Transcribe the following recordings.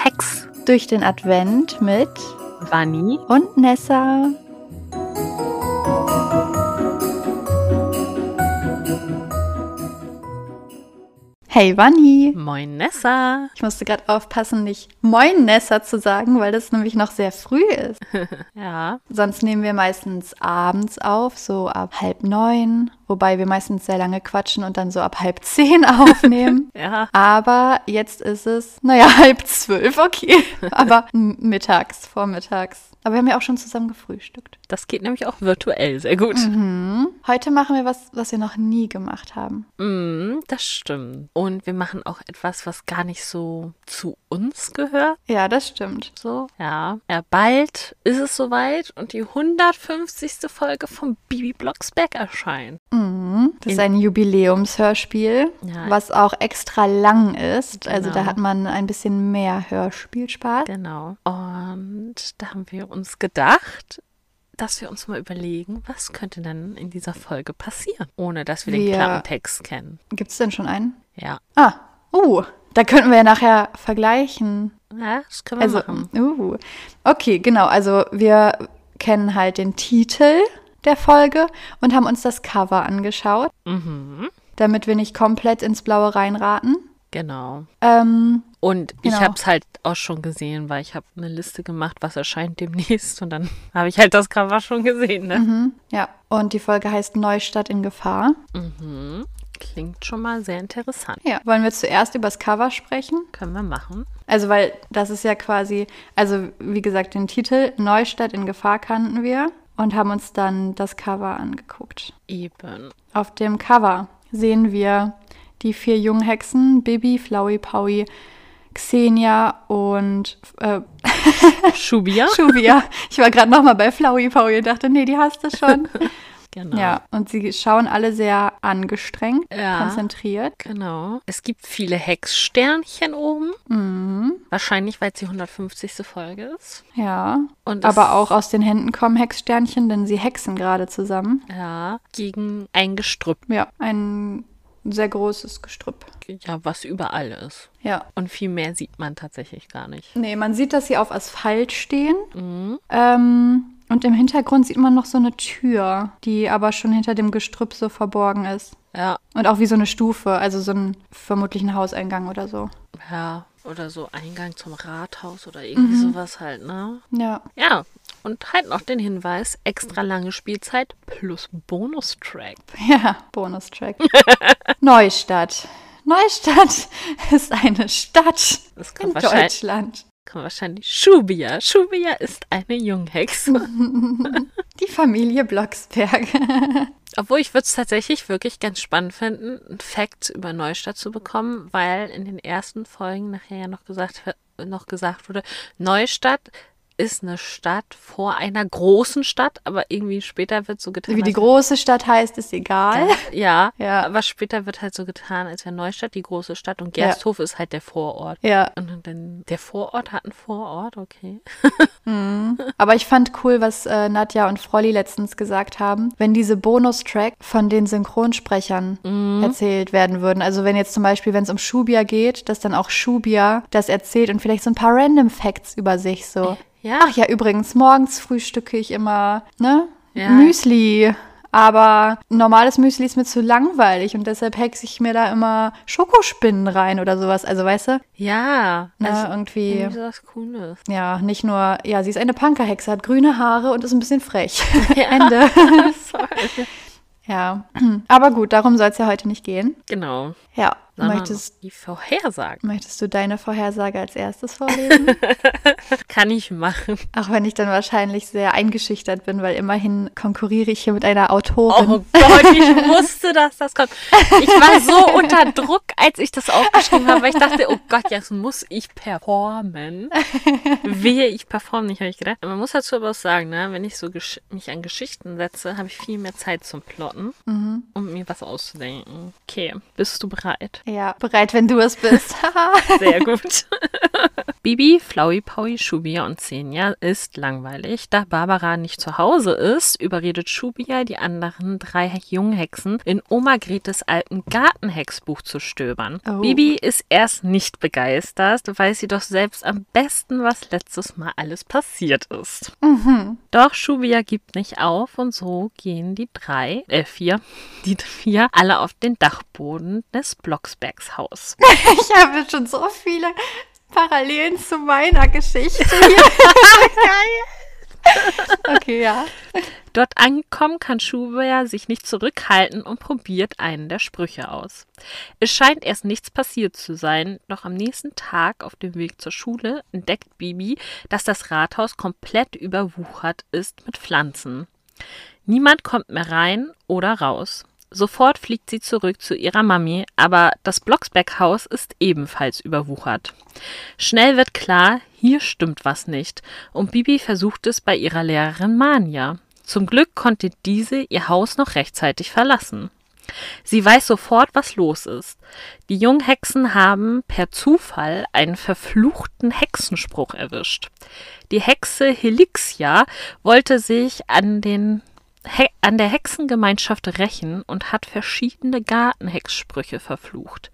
gut durch den Advent mit Vanni. und Nessa. Hey Wanni! Moin Nessa. Ich musste gerade aufpassen, nicht Moin Nessa zu sagen, weil das nämlich noch sehr früh ist. Ja, Sonst nehmen wir meistens abends auf, so ab halb neun, wobei wir meistens sehr lange quatschen und dann so ab halb zehn aufnehmen. ja. Aber jetzt ist es, naja, halb zwölf, okay. Aber m- mittags, vormittags. Aber wir haben ja auch schon zusammen gefrühstückt. Das geht nämlich auch virtuell sehr gut. Mhm. Heute machen wir was, was wir noch nie gemacht haben. Mm, das stimmt. Und wir machen auch etwas, was gar nicht so zu uns gehört. Ja, das stimmt. So, ja. ja bald ist es soweit und die 150. Folge vom Bibi Blocksberg erscheint. Mhm. Das ist In- ein Jubiläumshörspiel, Ja. was auch extra lang ist. Also da Genau. hat man ein bisschen mehr Hörspielspaß. Genau. Und da haben wir uns gedacht, dass wir uns mal überlegen, was könnte denn in dieser Folge passieren, ohne dass wir den Wir- Klappentext kennen. Gibt es denn schon einen? Ja. Ah, uh, da könnten wir ja nachher vergleichen. Ja, das können wir Also, machen. uh, okay, genau. Also wir kennen halt den Titel der Folge und haben uns das Cover angeschaut, Mhm, damit wir nicht komplett ins Blaue reinraten. genau. Ähm, Und Genau. ich habe es halt auch schon gesehen, weil ich habe eine Liste gemacht, was erscheint demnächst. Und dann habe ich halt das Cover schon gesehen. Ne? mhm, ja, und die Folge heißt Neustadt in Gefahr. Mhm. Klingt schon mal sehr interessant. Ja, wollen wir zuerst über das Cover sprechen? Können wir machen. Also, weil das ist ja quasi, also wie gesagt, den Titel Neustadt in Gefahr kannten wir und haben uns dann das Cover angeguckt. Eben. Auf dem Cover sehen wir die vier jungen Hexen, Bibi, Flowey, Paui, Xenia und äh, Schubia. Shuvia. Ich war gerade nochmal bei Flowey, Paui und dachte, nee, die hast du schon. Genau. ja, und sie schauen alle sehr angestrengt, Ja. konzentriert. Genau. Es gibt viele Hexsternchen oben. Mhm, Wahrscheinlich, weil es die 150. Folge ist. ja, Und es- aber auch aus den Händen kommen Hexsternchen, denn sie hexen gerade zusammen. Ja, gegen ein Gestrüpp. Ja, ein sehr großes Gestrüpp. Ja, was überall ist. Ja. Und viel mehr sieht man tatsächlich gar nicht. Nee, man sieht, dass sie auf Asphalt stehen. Mhm. Ähm, und im Hintergrund sieht man noch so eine Tür, die aber schon hinter dem Gestrüpp so verborgen ist. Ja, Und auch wie so eine Stufe, also so ein vermutlich ein Hauseingang oder so. Ja, oder so Eingang zum Rathaus oder irgendwie Mhm. sowas halt, ne? Ja. Ja, und halt noch den Hinweis, extra lange Spielzeit plus Bonustrack. Ja, Bonustrack. Neustadt. Neustadt ist eine Stadt Das kann in wahrscheinlich, Deutschland. kann wahrscheinlich Schubia. Schubia ist eine Junghexe. Die Familie Blocksberg. Obwohl ich würde es tatsächlich wirklich ganz spannend finden, einen Fact über Neustadt zu bekommen, weil in den ersten Folgen nachher ja noch gesagt, wird- noch gesagt wurde, Neustadt ist eine Stadt vor einer großen Stadt, aber irgendwie später wird so getan, Wie die als große Stadt heißt, ist egal. Ja, Ja. aber später wird halt so getan, als wäre Neustadt die große Stadt und Gersthof ist halt der Vorort. Ja, Und dann der Vorort hat einen Vorort, okay. Aber ich fand cool, was äh, Nadja und Frolli letztens gesagt haben, wenn diese Bonustrack von den Synchronsprechern Mhm. erzählt werden würden. Also wenn jetzt zum Beispiel, wenn es um Shubia geht, dass dann auch Shubia das erzählt und vielleicht so ein paar Random Facts über sich so. Ja. Ach ja, übrigens, morgens frühstücke ich immer, ne? Ja. Müsli. Aber normales Müsli ist mir zu langweilig und deshalb hexe ich mir da immer Schokospinnen rein oder sowas. Also weißt du, Ja, ne, also irgendwie. irgendwie sowas Cooles. Ja, nicht nur, ja, sie ist eine Punkerhexe, hat grüne Haare und ist ein bisschen frech. Ende. Sorry. Ja. Aber gut, darum soll es ja heute nicht gehen. Genau. Ja. Sag mal, Möchtest, Die Vorhersagen möchtest du deine Vorhersage als erstes vorlesen? kann ich machen. Auch wenn ich dann wahrscheinlich sehr eingeschüchtert bin, weil immerhin konkurriere ich hier mit einer Autorin. Oh Gott, ich wusste, dass das kommt. Ich war so unter Druck, als ich das aufgeschrieben habe, weil ich dachte, oh Gott, jetzt muss ich performen. Wehe, ich performe nicht, habe ich gedacht. Man muss dazu aber auch sagen, ne, wenn ich so gesch- mich an Geschichten setze, habe ich viel mehr Zeit zum Plotten und mir was auszudenken. Okay, bist du bereit? Ja, bereit, wenn du es bist. Haha. Sehr gut. Bibi, Flaui, Paui, Schubia und Xenia ist langweilig. Da Barbara nicht zu Hause ist, überredet Schubia die anderen drei jungen Hexen, in Oma Gretes alten Gartenhexbuch zu stöbern. Oh. Bibi ist erst nicht begeistert, weiß sie doch selbst am besten, was letztes Mal alles passiert ist. Doch Shubia gibt nicht auf und so gehen die drei, äh vier, die vier alle auf den Dachboden des Blocksbergs Haus. Ich habe jetzt schon so viele Parallelen zu meiner Geschichte hier. Geil. Okay, ja. Dort angekommen kann Shubia sich nicht zurückhalten und probiert einen der Sprüche aus. Es scheint erst nichts passiert zu sein, doch am nächsten Tag auf dem Weg zur Schule entdeckt Bibi, dass das Rathaus komplett überwuchert ist mit Pflanzen. Niemand kommt mehr rein oder raus. Sofort fliegt sie zurück zu ihrer Mami, aber das Blocksberg-Haus ist ebenfalls überwuchert. Schnell wird klar, hier stimmt was nicht und Bibi versucht es bei ihrer Lehrerin Mania. Zum Glück konnte diese ihr Haus noch rechtzeitig verlassen. Sie weiß sofort, was los ist. Die jungen Hexen haben per Zufall einen verfluchten Hexenspruch erwischt. Die Hexe Helixia wollte sich an, den He an der Hexengemeinschaft rächen und hat verschiedene Gartenhexsprüche verflucht.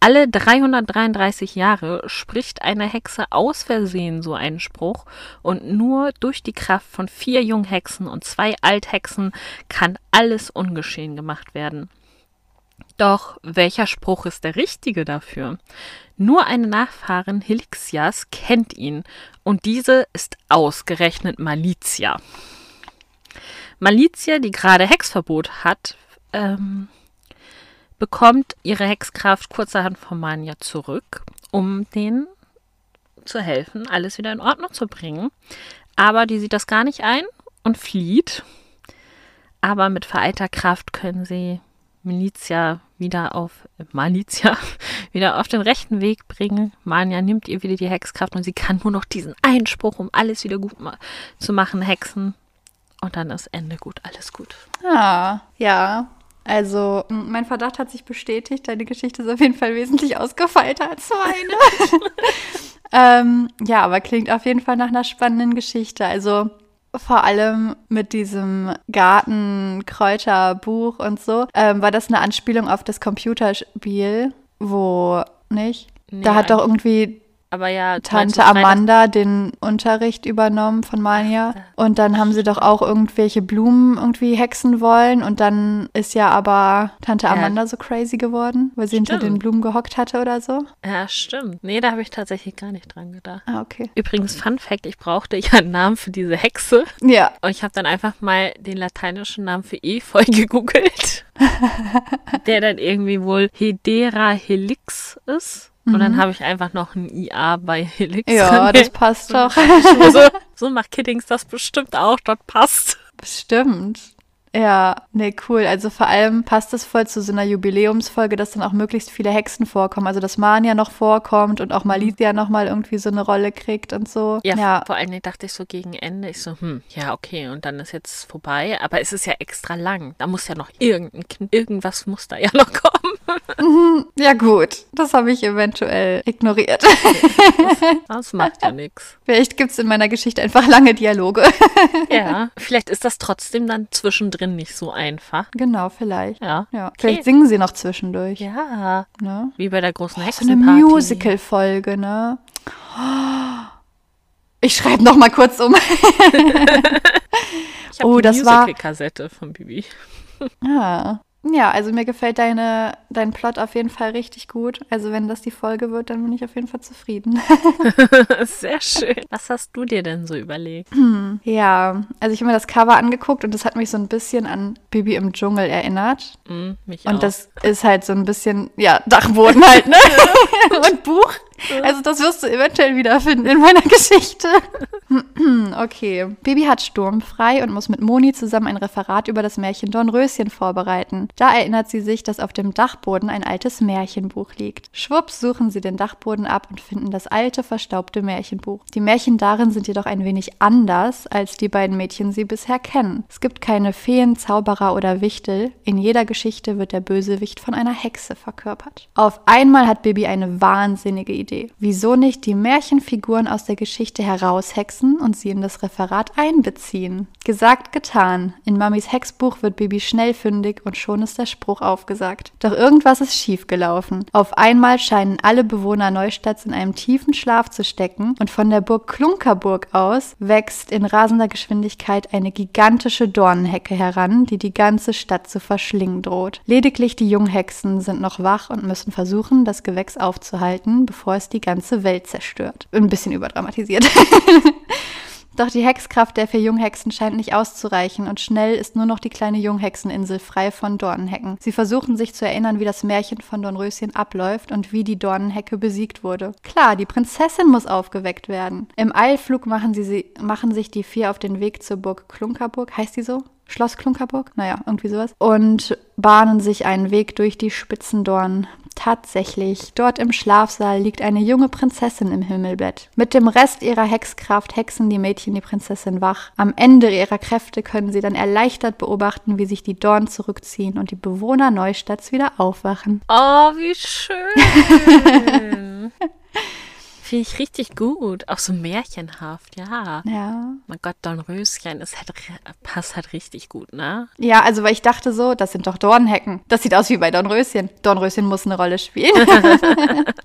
Alle 333 Jahre spricht eine Hexe aus Versehen so einen Spruch und nur durch die Kraft von vier Junghexen und zwei Althexen kann alles ungeschehen gemacht werden. Doch welcher Spruch ist der richtige dafür? Nur eine Nachfahrin Helixias kennt ihn und diese ist ausgerechnet Malizia. Malizia, die gerade Hexverbot hat, ähm, bekommt ihre Hexkraft kurzerhand von Mania zurück, um denen zu helfen, alles wieder in Ordnung zu bringen. Aber die sieht das gar nicht ein und flieht. Aber mit vereiter Kraft können sie Milizia wieder auf äh, Malizia wieder auf den rechten Weg bringen. Mania nimmt ihr wieder die Hexkraft und sie kann nur noch diesen Einspruch, um alles wieder gut ma zu machen, hexen. Und dann ist Ende gut, alles gut. Ah, ja. Also, m, mein Verdacht hat sich bestätigt. Deine Geschichte ist auf jeden Fall wesentlich ausgefeilter als meine. ähm, ja, aber klingt auf jeden Fall nach einer spannenden Geschichte. Also, vor allem mit diesem Gartenkräuterbuch und so, ähm, war das eine Anspielung auf das Computerspiel, wo, nicht? Nee, da hat doch irgendwie Aber ja, Tante Amanda den Unterricht übernommen von Mania. Und dann haben sie doch auch irgendwelche Blumen irgendwie hexen wollen. Und dann ist ja aber Tante Ja. Amanda so crazy geworden, weil sie hinter Stimmt. den Blumen gehockt hatte oder so. Ja, stimmt. Nee, da habe ich tatsächlich gar nicht dran gedacht. Ah, okay. Übrigens, Fun Fact, ich brauchte ja einen Namen für diese Hexe. Ja. Und ich habe dann einfach mal den lateinischen Namen für Efeu gegoogelt. der dann irgendwie wohl Hedera Helix ist. Und dann habe ich einfach noch ein IA bei Helix. Ja, das angehängt. passt doch. so, so macht Kiddings das bestimmt auch, dort passt. Stimmt. Ja, nee, cool. Also vor allem passt das voll zu so einer Jubiläumsfolge, dass dann auch möglichst viele Hexen vorkommen. Also dass Mania noch vorkommt und auch Malizia nochmal irgendwie so eine Rolle kriegt und so. Mhm. Ja, vor allen Dingen dachte ich so gegen Ende, ich so, hm, ja, okay, und dann ist jetzt vorbei, aber es ist ja extra lang. Da muss ja noch irgendein, Kn- irgendwas muss da ja noch kommen. ja gut. Das habe ich eventuell ignoriert. Das macht ja nichts. Vielleicht gibt es in meiner Geschichte einfach lange Dialoge. Ja, vielleicht ist das trotzdem dann zwischendrin nicht so einfach. genau, vielleicht. Ja. Ja, Okay. vielleicht singen sie noch zwischendurch. Ja, Ne? wie bei der großen So eine Hexenparty. Musical-Folge, ne? Ich schreibe noch mal kurz um. Ich habe Oh, die das war- Musical-Kassette von Bibi. Ah. Ja, also mir gefällt deine, dein Plot auf jeden Fall richtig gut. Also wenn das die Folge wird, dann bin ich auf jeden Fall zufrieden. Sehr schön. Was hast du dir denn so überlegt? ja, also ich habe mir das Cover angeguckt und das hat mich so ein bisschen an Bibi im Dschungel erinnert. Hm, mich auch. Und das ist halt so ein bisschen, ja, Dachboden halt, ne? Und Buch. Also das wirst du eventuell wiederfinden in meiner Geschichte. Hm, okay. Bibi hat sturmfrei und muss mit Moni zusammen ein Referat über das Märchen Dornröschen vorbereiten. Da erinnert sie sich, dass auf dem Dachboden ein altes Märchenbuch liegt. Schwupps suchen sie den Dachboden ab und finden das alte, verstaubte Märchenbuch. Die Märchen darin sind jedoch ein wenig anders, als die beiden Mädchen sie bisher kennen. Es gibt keine Feen, Zauberer oder Wichtel. In jeder Geschichte wird der Bösewicht von einer Hexe verkörpert. Auf einmal hat Bibi eine wahnsinnige Idee. Idee. Wieso nicht die Märchenfiguren aus der Geschichte heraushexen und sie in das Referat einbeziehen? Gesagt, getan. In Mamis Hexbuch wird Bibi schnell fündig und schon ist der Spruch aufgesagt. Doch irgendwas ist schiefgelaufen. Auf einmal scheinen alle Bewohner Neustadts in einem tiefen Schlaf zu stecken und von der Burg Klunkerburg aus wächst in rasender Geschwindigkeit eine gigantische Dornenhecke heran, die die ganze Stadt zu verschlingen droht. Lediglich die Junghexen sind noch wach und müssen versuchen, das Gewächs aufzuhalten, bevor es die ganze Welt zerstört. Ein bisschen überdramatisiert. Doch die Hexkraft der vier Junghexen scheint nicht auszureichen und schnell ist nur noch die kleine Junghexeninsel frei von Dornenhecken. Sie versuchen sich zu erinnern, wie das Märchen von Dornröschen abläuft und wie die Dornenhecke besiegt wurde. Klar, die Prinzessin muss aufgeweckt werden. Im Eilflug machen, sie, sie, machen sich die vier auf den Weg zur Burg Klunkerburg. Heißt die so? Schloss Klunkerburg? Naja, irgendwie sowas. Und bahnen sich einen Weg durch die Spitzendornen. Tatsächlich, dort im Schlafsaal liegt eine junge Prinzessin im Himmelbett. Mit dem Rest ihrer Hexkraft hexen die Mädchen die Prinzessin wach. Am Ende ihrer Kräfte können sie dann erleichtert beobachten, wie sich die Dorn zurückziehen und die Bewohner Neustadts wieder aufwachen. Oh, wie schön. Finde ich richtig gut. Auch so märchenhaft, ja. Ja. Mein Gott, Dornröschen, das hat, passt halt richtig gut, ne? Ja, also weil ich dachte so, das sind doch Dornhecken. Das sieht aus wie bei Dornröschen. Dornröschen muss eine Rolle spielen.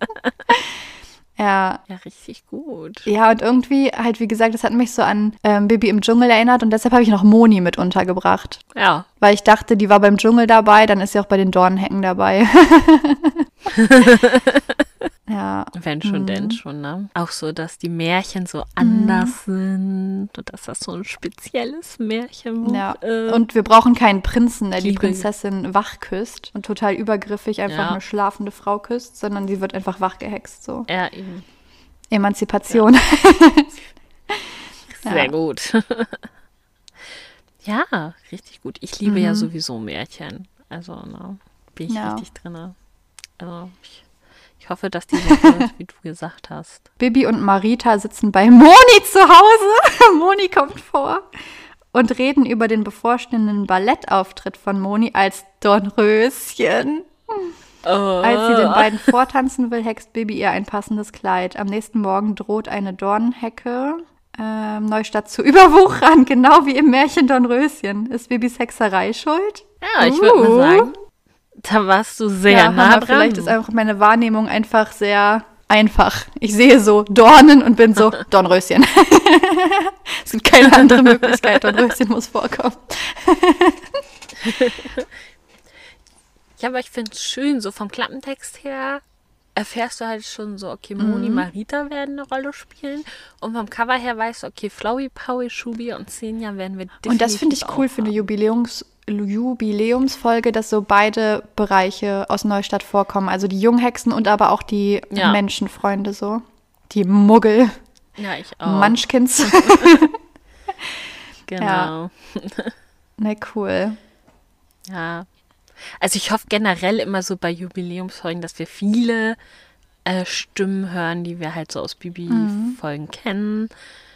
ja. Ja, richtig gut. Ja, und irgendwie, halt wie gesagt, das hat mich so an ähm, Baby im Dschungel erinnert und deshalb habe ich noch Moni mit untergebracht. Ja. Weil ich dachte, die war beim Dschungel dabei, dann ist sie auch bei den Dornhecken dabei. ja. Wenn schon, Mhm. denn schon, ne? Auch so, dass die Märchen so anders Mhm. sind und dass das so ein spezielles Märchen Ja. ist. Und wir brauchen keinen Prinzen, der die Liebe. Prinzessin wach küsst und total übergriffig einfach Ja. eine schlafende Frau küsst, sondern sie wird einfach wach gehext. So. Ja, eben. Emanzipation. Sehr gut. ja, richtig gut. Ich liebe ja sowieso Märchen. Also, ne, bin ich Mhm. Ja. richtig drin. Also, ich, ich hoffe, dass die so wird, wie du gesagt hast. Bibi und Marita sitzen bei Moni zu Hause. Moni kommt vor und reden über den bevorstehenden Ballettauftritt von Moni als Dornröschen. Als sie den beiden vortanzen will, hext Bibi ihr ein passendes Kleid. Am nächsten Morgen droht eine Dornhecke ähm, Neustadt zu überwuchern, genau wie im Märchen Dornröschen. Ist Bibis Hexerei schuld? ja, ich würde Uh. mal sagen, da warst du sehr ja, nah Hammer, dran. vielleicht ist einfach meine Wahrnehmung einfach sehr einfach. Ich sehe so Dornen und bin so Dornröschen. es gibt keine andere Möglichkeit, Dornröschen muss vorkommen. Ja, aber ich finde es schön, so vom Klappentext her erfährst du halt schon so, okay, Moni, Mhm. Marita werden eine Rolle spielen. Und vom Cover her weißt du, okay, Flowey, Powy, Schubi und Senja werden wir definitiv Und das finde ich cool auch für eine haben. Jubiläums Jubiläumsfolge, dass so beide Bereiche aus Neustadt vorkommen. Also die Junghexen und aber auch die Ja. Menschenfreunde so. Die Muggel, Ja, ich auch. Munchkins. genau. ja. Na cool. Ja. Also ich hoffe generell immer so bei Jubiläumsfolgen, dass wir viele äh, Stimmen hören, die wir halt so aus Mhm. Bibi-Folgen kennen.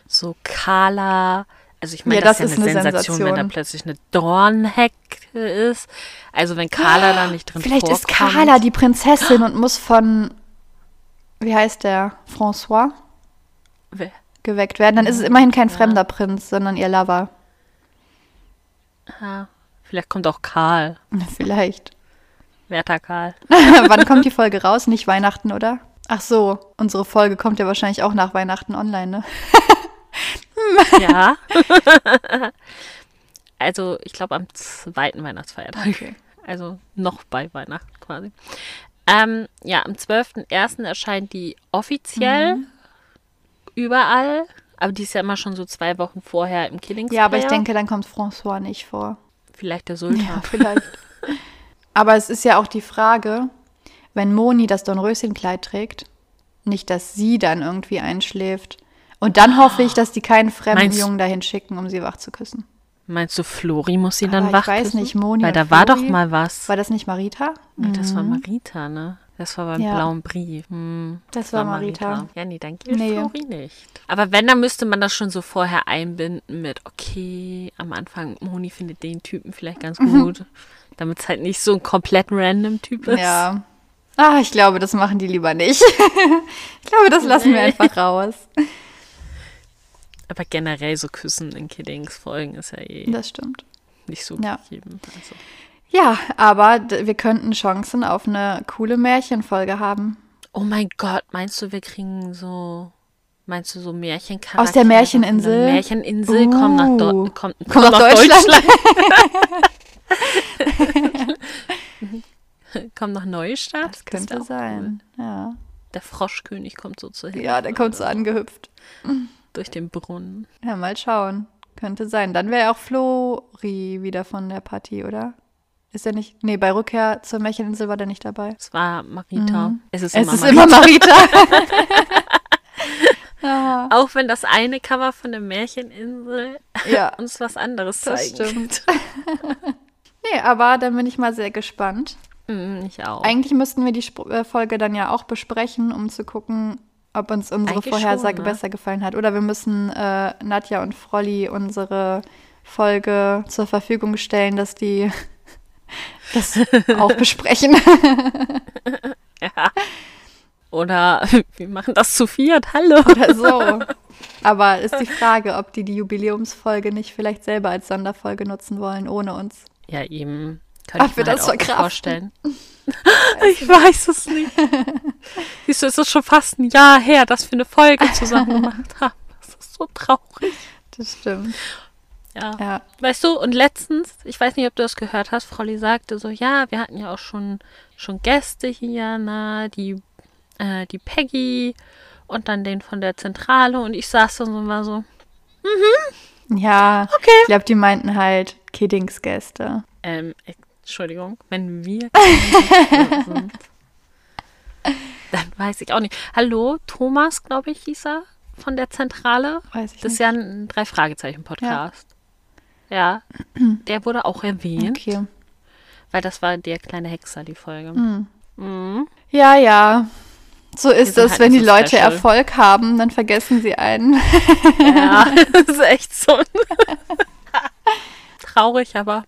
So Carla. Also ich meine, Ja, das, das ist ja eine, Sensation, wenn da Sensation. plötzlich eine Dornhecke ist. Also wenn Carla da nicht drin Vielleicht vorkommt. ist Carla die Prinzessin und muss von, wie heißt der, François Wer- geweckt werden. Dann ist es immerhin kein fremder Prinz, sondern ihr Lover. Ah, vielleicht kommt auch Karl. Vielleicht. Werter Karl. Wann kommt die Folge raus? Nicht Weihnachten, oder? Ach so, unsere Folge kommt ja wahrscheinlich auch nach Weihnachten online, ne? Ja. also ich glaube am zweiten Weihnachtsfeiertag. Okay. Also noch bei Weihnachten quasi. Ähm, ja, am 12.01. erscheint die offiziell Mhm. überall. Aber die ist ja immer schon so zwei Wochen vorher im Killings. Ja, aber ich denke, dann kommt François nicht vor. Vielleicht der Sultan. Ja, vielleicht. aber es ist ja auch die Frage, wenn Moni das Dornröschenkleid trägt, nicht, dass sie dann irgendwie einschläft. Und dann hoffe ich, dass die keinen fremden Meinst- Jungen dahin schicken, um sie wach zu küssen. Meinst du, Flori muss sie dann Aber wach Ah, ich weiß küssen? nicht, Moni Weil und da war doch Flori- mal was. War das nicht Marita? Nee, das war Marita, ne? Das war beim Ja. blauen Brief. Hm, Das war Marita. Ja, nee, dann gilt Nee. Flori nicht. Aber wenn, dann müsste man das schon so vorher einbinden mit, okay, am Anfang, Moni findet Mhm. den Typen vielleicht ganz gut, damit es halt nicht so ein komplett random Typ ist. Ja. Ah, ich glaube, das machen die lieber nicht. ich glaube, das lassen wir einfach raus. Aber generell so Küssen in Kiddings folgen ist ja eh Das stimmt. nicht so Ja. gegeben. Also. Ja, aber d- wir könnten Chancen auf eine coole Märchenfolge haben. Oh mein Gott, meinst du, wir kriegen so. Meinst du so Märchencharakter? Aus der Märcheninsel? Märcheninsel kommt nach, Deu Uh. kommt, kommt nach Deutschland. kommt nach Neustadt. Das könnte wär auch sein. Ja. cool. Der Froschkönig kommt so zu Hilfe ja, der kommt so angehüpft. durch den Brunnen. Ja, mal schauen. Könnte sein. Dann wäre auch Flori wieder von der Partie, oder? Ist er nicht? Nee, bei Rückkehr zur Märcheninsel war der nicht dabei. Es war Marita. Es ist, Mhm. es immer, ist Marita. immer Marita. ja, Auch wenn das eine Cover von der Märcheninsel ja, uns was anderes das zeigt. stimmt. nee, aber dann bin ich mal sehr gespannt. Mm, ich auch. Eigentlich müssten wir die Spr- äh, Folge dann ja auch besprechen, um zu gucken, ob uns unsere Eigentlich Vorhersage schon, ne? besser gefallen hat. Oder wir müssen äh, Nadja und Frolli unsere Folge zur Verfügung stellen, dass die das auch besprechen. ja. Oder wir machen das zu viert. Hallo. Oder so. Aber ist die Frage, ob die die Jubiläumsfolge nicht vielleicht selber als Sonderfolge nutzen wollen, ohne uns. Ja, eben. Könnte Ob ich wir mir halt das auch gut verkraften? vorstellen. ich weiß es nicht. Siehst du, es ist schon fast ein Jahr her, dass wir eine Folge zusammen gemacht haben. Das ist so traurig. Das stimmt. Ja. Ja. Weißt du, und letztens, ich weiß nicht, ob du das gehört hast, Frolli sagte so, ja, wir hatten ja auch schon, schon Gäste hier, na, die, äh, die Peggy und dann den von der Zentrale und ich saß da so und war so, Ja. Okay. Ich glaube, die meinten halt Kiddingsgäste. Ähm, Entschuldigung, wenn wir Kinder sind, dann weiß ich auch nicht. Hallo, Thomas, glaube ich, hieß er von der Zentrale. Weiß ich Das ist nicht. ja ein Drei-Fragezeichen-Podcast. Ja. der wurde auch erwähnt, Okay. weil das war der kleine Hexer, die Folge. Mm. Mhm. Ja, ja. So ist sind es, halt wenn die nicht so Leute special. Erfolg haben, dann vergessen sie einen. Ja, das ist echt so. Traurig, aber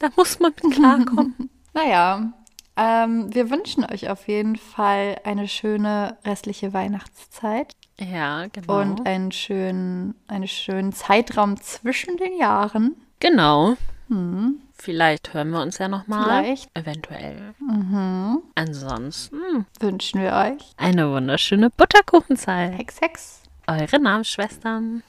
da muss man mit klarkommen. Naja, ähm, wir wünschen euch auf jeden Fall eine schöne restliche Weihnachtszeit Ja, genau. und einen schönen, einen schönen Zeitraum zwischen den Jahren. Genau. Vielleicht hören wir uns ja nochmal. Vielleicht. Eventuell. Ansonsten Wünschen wir euch. eine wunderschöne Butterkuchenzeit. Hex, Hex. Eure Namensschwestern.